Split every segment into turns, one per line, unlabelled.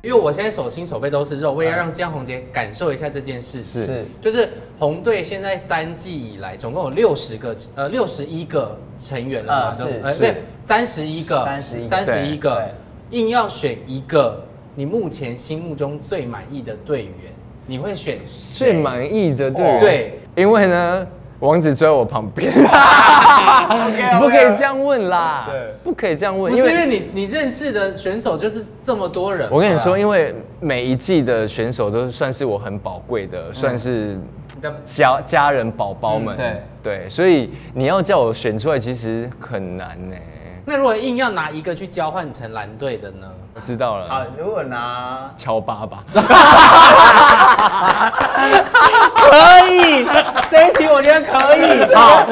因为我现在手心手背都是肉，我也要让江宏杰感受一下这件事情。
是
就是红队现在三季以来总共有六十个呃六十一个成员了嘛，
嗯
对
是
不呃
是
对三十一个
31个
三十一个
对，
硬要选一个你目前心目中最满意的队员，你会选
最
谁？
满意的队员。
对，
因为呢，王子追我旁 边，不可以这样问啦，
对
不可以这样问，
不是因为你你认识的选手就是这么多人嘛，
我跟你说，因为每一季的选手都算是我很宝贵
嗯
的，算是
你的
家家人宝宝们，
嗯
对所以你要叫我选出来，其实很难呢、
那如果硬要拿一个去交换成蓝队的呢？
我知道
好
了，，
如果拿
乔巴吧，
可以， 这一题我觉得可以，好，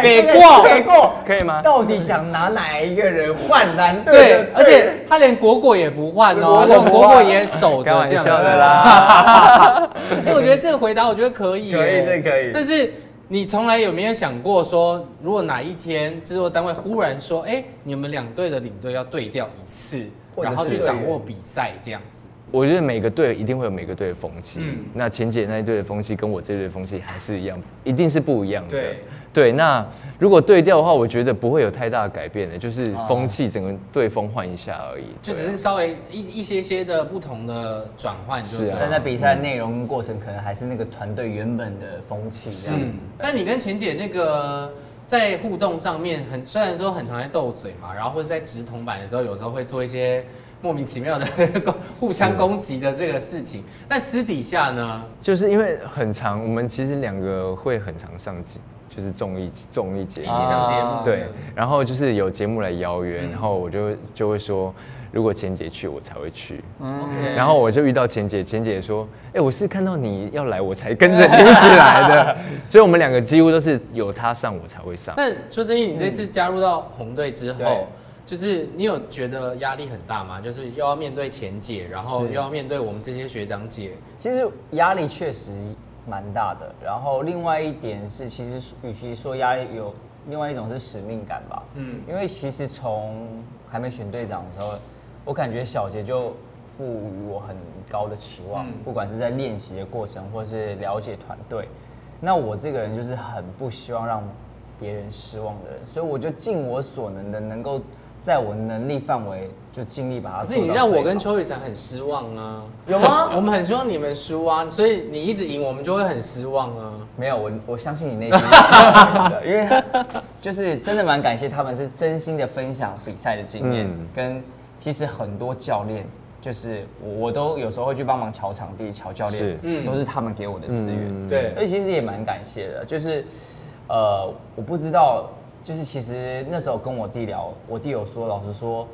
给过，
给过，
可以吗？
到底想拿哪一个人换蓝队的
对
队员？，
而且他连果果也不换哦，
国
那
果不
果
换
果也守
开
着
玩
这
笑
样子
的。啦，
哎，我觉得这个回答我觉得可以耶，
可以这可以
但是你从来有没有想过说，如果哪一天制作单位忽然说，哎，你们两队的领队要对调一次，
或者
然
是
后去
队员
掌握比赛这样子？
我觉得每个队一定会有每个队的风气，
嗯
那前姐那一队的风气跟我这队的风气还是一样，一定是不一样的。
对
对那如果对调的话，我觉得不会有太大的改变的，就是风气整个队风换一下而已。
哦就
对
只是稍微一一些些的不同的转换，就是
啊
但在比赛内容过程，可能还是那个团队原本的风气这样
嗯
子。，
那你跟钱姐那个在互动上面很，虽然说很常在斗嘴嘛，然后或者在直筒板的时候，有时候会做一些莫名其妙的 攻互相攻击的这个事情，但私底下呢，
就是因为很长，我们其实两个会很常上节，就是综艺综艺节
一起
目，
上节目，
啊
对，然后就是有节目来邀约，
嗯
然后我就就会说，如果钱姐去，我才会去。
，OK，
嗯然后我就遇到钱姐，钱姐说：“哎、我是看到你要来，我才跟着你一起来的。” 所以，我们两个几乎都是有她上，我才会上。
但说真的，你这次加入到红队之
对
后，就是你有觉得压力很大吗？就是又要面对钱姐，然后又要面对我们这些学长姐，
其实压力确实蛮大的。然后另外一点是，其实与其说压力有，另外一种是使命感吧。
嗯
嗯，因为其实从还没选队长的时候，我感觉小杰就赋予我很高的期望，
嗯
不管是在练习的过程，或是了解团队。那我这个人就是很不希望让别人失望的人，所以我就尽我所能的，能够在我能力范围就尽力把它
可
做
是
到
你让我
最
跟
好
邱雨辰很失望啊。
有吗？
我们很希望你们输啊，所以你一直赢，我们就会很失望啊。
没有，我我相信你内心 的，因为就是真的蛮感谢他们是真心的分享比赛的经验，
嗯
跟其实很多教练。就是我，我都有时候会去帮忙瞧场地、瞧教练
是，
嗯
都是他们给我的资源。
嗯
对
所以其实也蛮感谢的。就是，呃，我不知道，就是其实那时候跟我弟聊，我弟有说，老实说，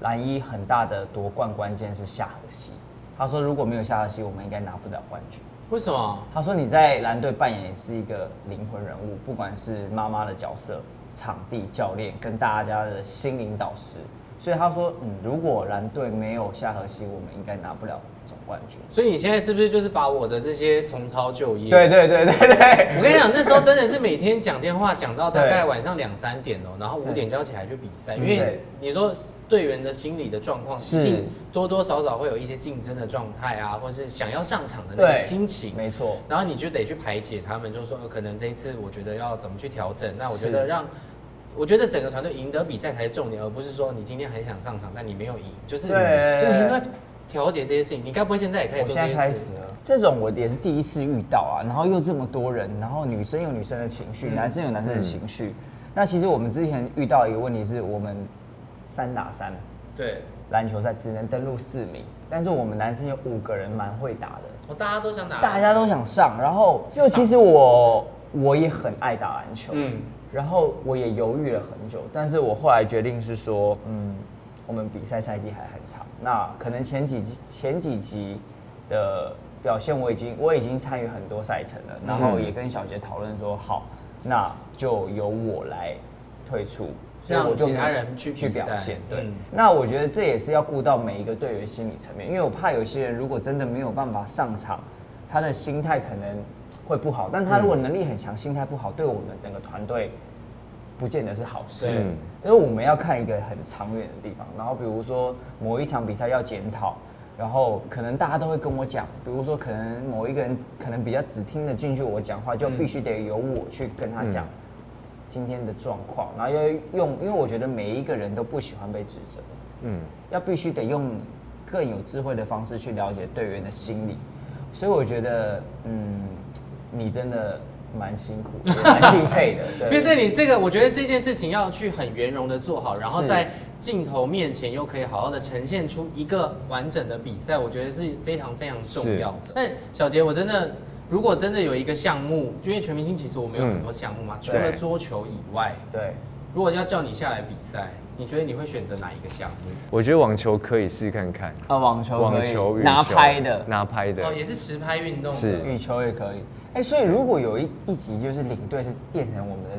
蓝一很大的夺冠关键是夏河西。他说，如果没有夏河西，我们应该拿不了冠军。
为什么？
他说你在蓝队扮演是一个灵魂人物，不管是妈妈的角色、场地教练跟大家的心灵导师。所以他说，嗯，如果蓝队没有夏河西，我们应该拿不了总冠军。
所以你现在是不是就是把我的这些重操旧业？
对，对对对对，
我跟你讲，那时候真的是每天讲电话讲到大
对嗯
概晚上两三点哦、然后五点就要起来去比赛，因为
对
你说队员的心理的状况
是
一定多多少少会有一些竞争的状态啊，或是想要上场的那个
对
心情。
没错。
然后你就得去排解他们，就是说、呃可能这一次我觉得要怎么去调整。那我觉
是
得让，我觉得整个团队赢得比赛才是重点，而不是说你今天很想上场，但你没有赢，就是你
对
们应该调节这些事情。你该不会现在也开始
我
做
现
这
在
些事
开始？了，这种我也是第一次遇到啊，然后又这么多人，然后女生有女生的情绪，男生有男生的情绪。那其实我们之前遇到一个问题是我们三打三，
对，
篮球赛只能登录四名，但是我们男生有五个人蛮会打的，
哦，大家都想打，
大家都想上。然后就其实我我也很爱打篮球，
嗯
嗯，然后我也犹豫了很久，但是我后来决定是说，嗯，我们比赛赛季还很长，那可能前几集前几集的表现我已经我已经参与很多赛程了，然后也跟小杰讨论说，好，那就由我来退出。所以
让
我就
其他
没有
人去
去
比
表
赛
现，对
嗯，
那我觉得这也是要顾到每一个队员心理层面，因为我怕有些人如果真的没有办法上场，他的心态可能会不好。但他如果
嗯
能力很强，心态不好，对我们整个团队不见得是好事
对。
因为我们要看一个很长远的地方。然后比如说某一场比赛要检讨，然后可能大家都会跟我讲，比如说可能某一个人可能比较只听得进去我讲话，就
嗯
必须得由我去跟他讲今天的状况，然后要用，因为我觉得每一个人都不喜欢被指责，
嗯，
要必须得用更有智慧的方式去了解队员的心理，所以我觉得，嗯，你真的蛮辛苦， 也蛮敬佩的，
因为对你这个，我觉得这件事情要去很圆融的做好，然后
是
在镜头面前又可以好好的呈现出一个完整的比赛，我觉得是非常非常重要的。但小杰，我真的如果真的有一个项目，因为全明星其实我们有很多项目嘛，除了
对
桌球以外，
对。
如果要叫你下来比赛，你觉得你会选择哪一个项目？
我觉得网球可以试看看，
啊，网球可
网
以
球、羽
拿
球
拍的，
哦拿拍的
哦，，也是持拍运动的
是
羽球也可以。哎、所以如果有一一集就是领队是变成我们的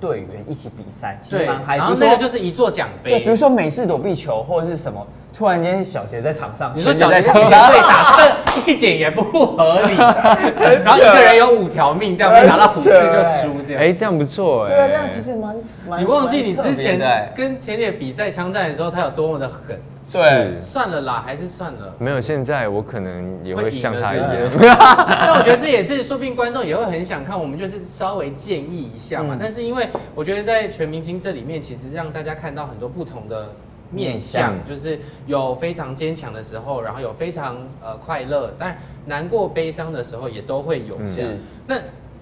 队员一起比赛，其实
对，
蛮嗨。
然后
比如
那
说
个就是一座奖
对，
杯
比。如说美式躲避球或者是什么，突然间小杰在场上，
你说小
轩杰
杰
在
这个
场上
被打，这一点也不合理。然后一个人有五条命，这样被打到五次就输这样。
哎、这样不错哎、
对啊，这样其实蛮哎蛮。
你忘记你之前
蛮特别的哎
跟前姐比赛枪战的时候，他有多么的狠？
对
哎是
算了啦，还是算了。
没有，现在我可能也
会
会
赢
像
了
他
是
一
不是
样，
但我觉得这也是，说不定观众也会很想看。我们就是稍微建议一下嘛。
嗯
但是因为我觉得在全明星这里面，其实让大家看到很多不同的面相，
面
就是有非常坚强的时候，然后有非常呃快乐，当然难过、悲伤的时候也都会有这样。
是
那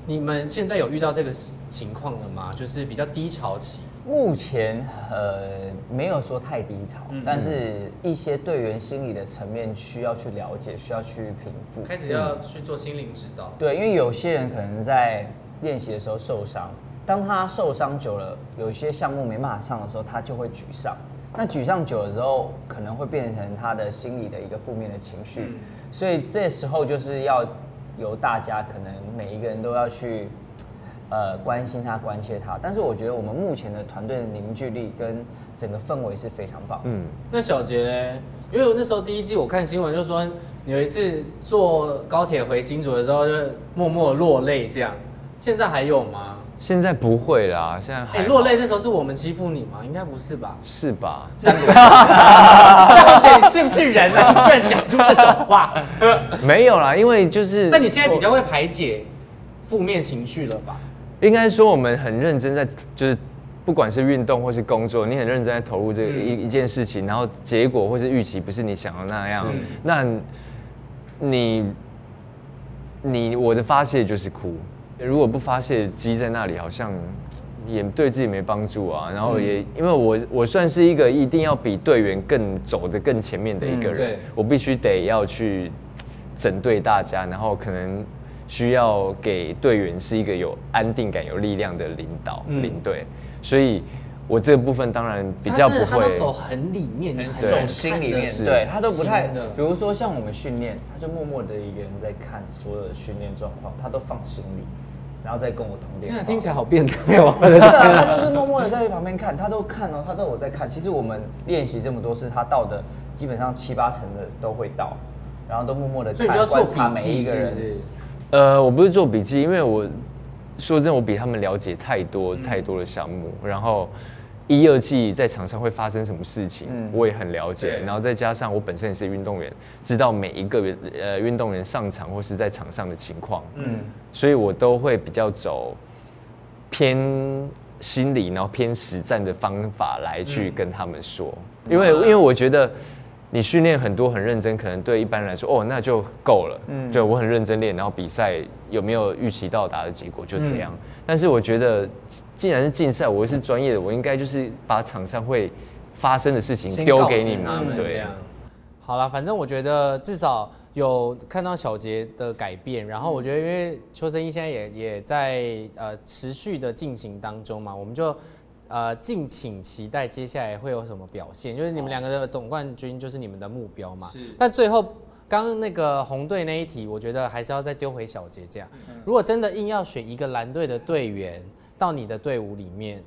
你们现在有遇到这个情况了吗？就是比较低潮期，
目前呃没有说太低潮，
嗯
但是一些队员心理的层面需要去了解，需要去平复。
开始要
嗯
去做心灵指导。
对，因为有些人可能在练习的时候受伤，当他受伤久了，有些项目没办法上的时候，他就会沮丧。那沮丧久了之后，可能会变成他的心理的一个负面的情绪，
嗯
所以这时候就是要由大家可能每一个人都要去呃关心他、关切他。但是我觉得我们目前的团队的凝聚力跟整个氛围是非常棒的。
嗯，
那小杰嘞，因为我那时候第一季我看新闻就说，你有一次坐高铁回新竹的时候，就默默落泪这样。现在还有吗？
现在不会啦，现在还
哎、
好？
落泪那时候是我们欺负你吗？应该不是吧
是吧？
到底是不是人啊？你突然讲出这种 话，
没有啦，因为就是，
那你现在比较会排解负面情绪了吧？
应该说我们很认真在，就是不管是运动或是工作，你很认真在投入这个
嗯
一、一件事情，然后结果或是预期不是你想要那样
是，
那你你我的发泄就是哭，如果不发泄积在那里，好像。也对自己没帮助啊，然后
嗯
也、因为我我算是一个一定要比队员更走得更前面的一个
嗯
人，
对
我必须得要去整对大家，然后可能需要给队员是一个有安定感、有力量的领导、
嗯
领队，所以我这部分当然比较
他真
不
的他
会嗯
都走很里面，很
对
走
走
心里面，
是
对他都不太。
真的
比如说像我们训练，他就默默的一个人在看所有的训练状况，他都放心里，然后再跟我通电
天
话。
啊，听起来好变态 哦！我的
对啊，他就是默默的在旁边看，他都看哦，他都有在看。其实我们练习这么多次，他到的基本上七八成的都会到，然后都默默的
所以
看
你就要做笔
观察每一
记，
个
是
人
不。是？
呃，我不是做笔记，因为我说真的，我比他们了解太多、
嗯
太多的项目，然后。一二季在场上会发生什么事情，
嗯
我也很了解。
对
然后再加上我本身也是运动员，知道每一个呃运动员上场或是在场上的情况，
嗯，
所以我都会比较走偏心理，然后偏实战的方法来去跟他们说，
嗯
因为因为我觉得你训练很多很认真，可能对一般人来说哦那就够了，
嗯
就我很认真练，然后比赛有没有预期到达的结果就这
嗯
样。但是我觉得既然是竞赛，我是专业的，我应该就是把场上会发生的事情
先
丢
告
给
知
你
他
们，
这
对
样。好啦，反正我觉得至少有看到小杰的改变，然后我觉得因为邱生一现在也也在呃持续的进行当中嘛，我们就。呃，敬请期待接下来会有什么表现，就是你们两个的总冠军就是你们的目标嘛。但最后刚刚那个红队那一题，我觉得还是要再丢回小杰这样。
嗯
如果真的硬要选一个蓝队的队员到你的队伍里面，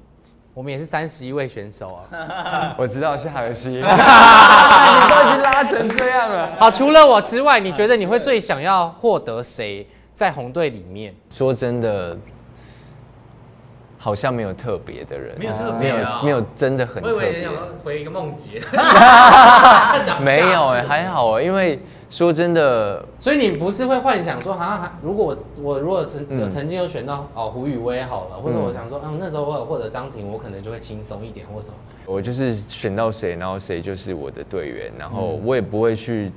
我们也是三十一位选手啊，
我知道夏 尔西，
啊，你都已经拉成这样了。
好，除了我之外，你觉得你会最想要获得谁在红队里面？
说真的，好像没有特别的人，
没有特
没
别
有
啊
没有真的很
我
特
以为你
别
想。说回一个梦姐， 他长
没有哎、
下去
还好哎、因为说真的，
所以你不是会幻想说，好像还如果我我如果曾、
嗯
有曾经有选到哦胡宇威好了，或者
嗯
我想说，嗯那时候我有获得张庭，我可能就会轻松一点或什么。
我就是选到谁，然后谁就是我的队员，然后我也不会去，因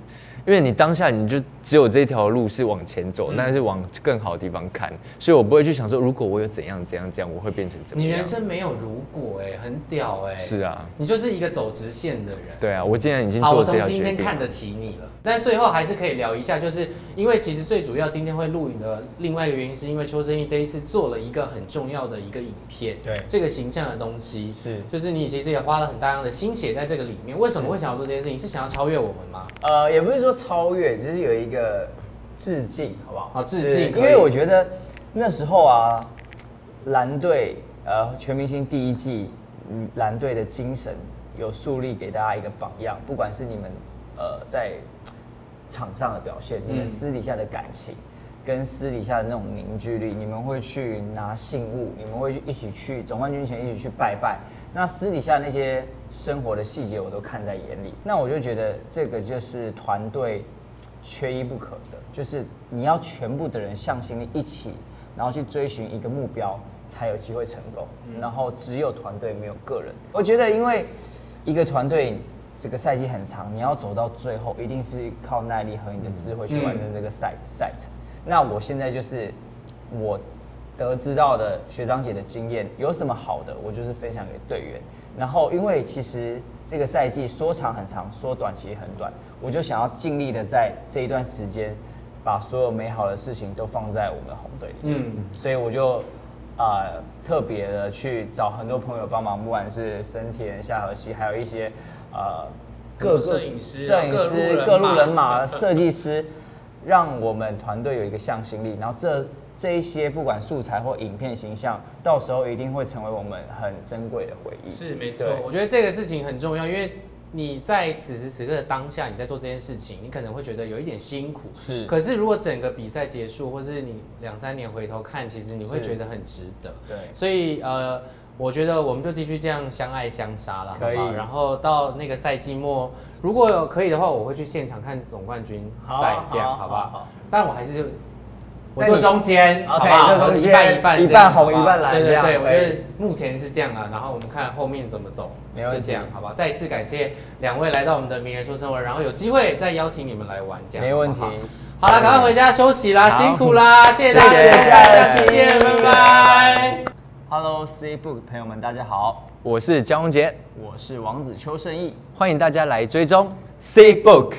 为你当下你就只有这条路是往前
嗯
走，但是往更好的地方看，所以我不会去想说，如果我有怎样怎样怎样，我会变成怎么
你
样
人。生没有如果哎、很屌哎、
是啊，
你就是一个走直线的人。
对啊，我既然已经
好，我
做了这
从
条
今
决
天
定，
看得起你了。但最后还是可以聊一下，就是因为其实最主要今天会录影的另外一个原因，是因为邱生义这一次做了一个很重要的一个影片，
对
这个形象的东西，
是
就是你其实也花了很大量的心血在这个里面。为什么会想要做这件事情？是想要超越我们吗？
呃，也不是说超越，只是有一个致敬，好不好？
好哦致
就是
敬可以
因为我觉得那时候啊，蓝队呃全明星第一季，嗯蓝队的精神有树立给大家一个榜样，不管是你们呃在场上的表现，你们
嗯
私底下的感情。跟私底下的那种凝聚力，你们会去拿信物，你们会去一起去总冠军前一起去拜拜。那私底下那些生活的细节，我都看在眼里。那我就觉得这个就是团队缺一不可的，就是你要全部的人向心力一起，然后去追寻一个目标，才有机会成功。然后只有团队，没有个人。我觉得，因为一个团队这个赛季很长，你要走到最后，一定是靠耐力和你的智慧去完成这个赛赛程。那我现在就是我得知到的学长姐的经验，有什么好的，我就是分享给队员。然后，因为其实这个赛季说长很长，说短其实很短，我就想要尽力的在这一段时间，把所有美好的事情都放在我们的红队里面。
嗯，
所以我就呃特别的去找很多朋友帮忙，不管是森田、夏河西，还有一些呃
很多摄影师
摄
啊
影
各路人
师
马、
各路人马、设计师，让我们团队有一个向心力。然后这这一些不管素材或影片形象，到时候一定会成为我们很珍贵的回忆。
是没错
对，
我觉得这个事情很重要，因为你在此时此刻的当下，你在做这件事情，你可能会觉得有一点辛苦。
是
可是如果整个比赛结束，或是你两三年回头看，其实你会
是
觉得很值得。
对
所以呃，我觉得我们就继续这样相爱相杀了，好
可以
不好？然后到那个赛季末，如果有可以的话，我会去现场看总冠军
好
赛
啊，
这样
好啊
好不好？
好啊
但我还是我
但你
坐中间好不
OK，
好
坐中间
一半一半这样，
一半红
好不好
一半蓝
对
这
对
样哎
对，我
可以
觉得目前是这样啊，然后我们看后面怎么走
没，问
就
题
这样，好吧？再一次感谢两位来到我们的名人说生活，然后有机会再邀请你们来玩，这样
没问题
好不好好了，赶快回家休息啦，
好
辛苦啦，谢谢大
谢谢
家，
谢谢
见，拜拜。
Hello C Book 朋友们，大家好，
我是江宏杰，
我是王子邱胜义。
欢迎大家来追踪 C Book。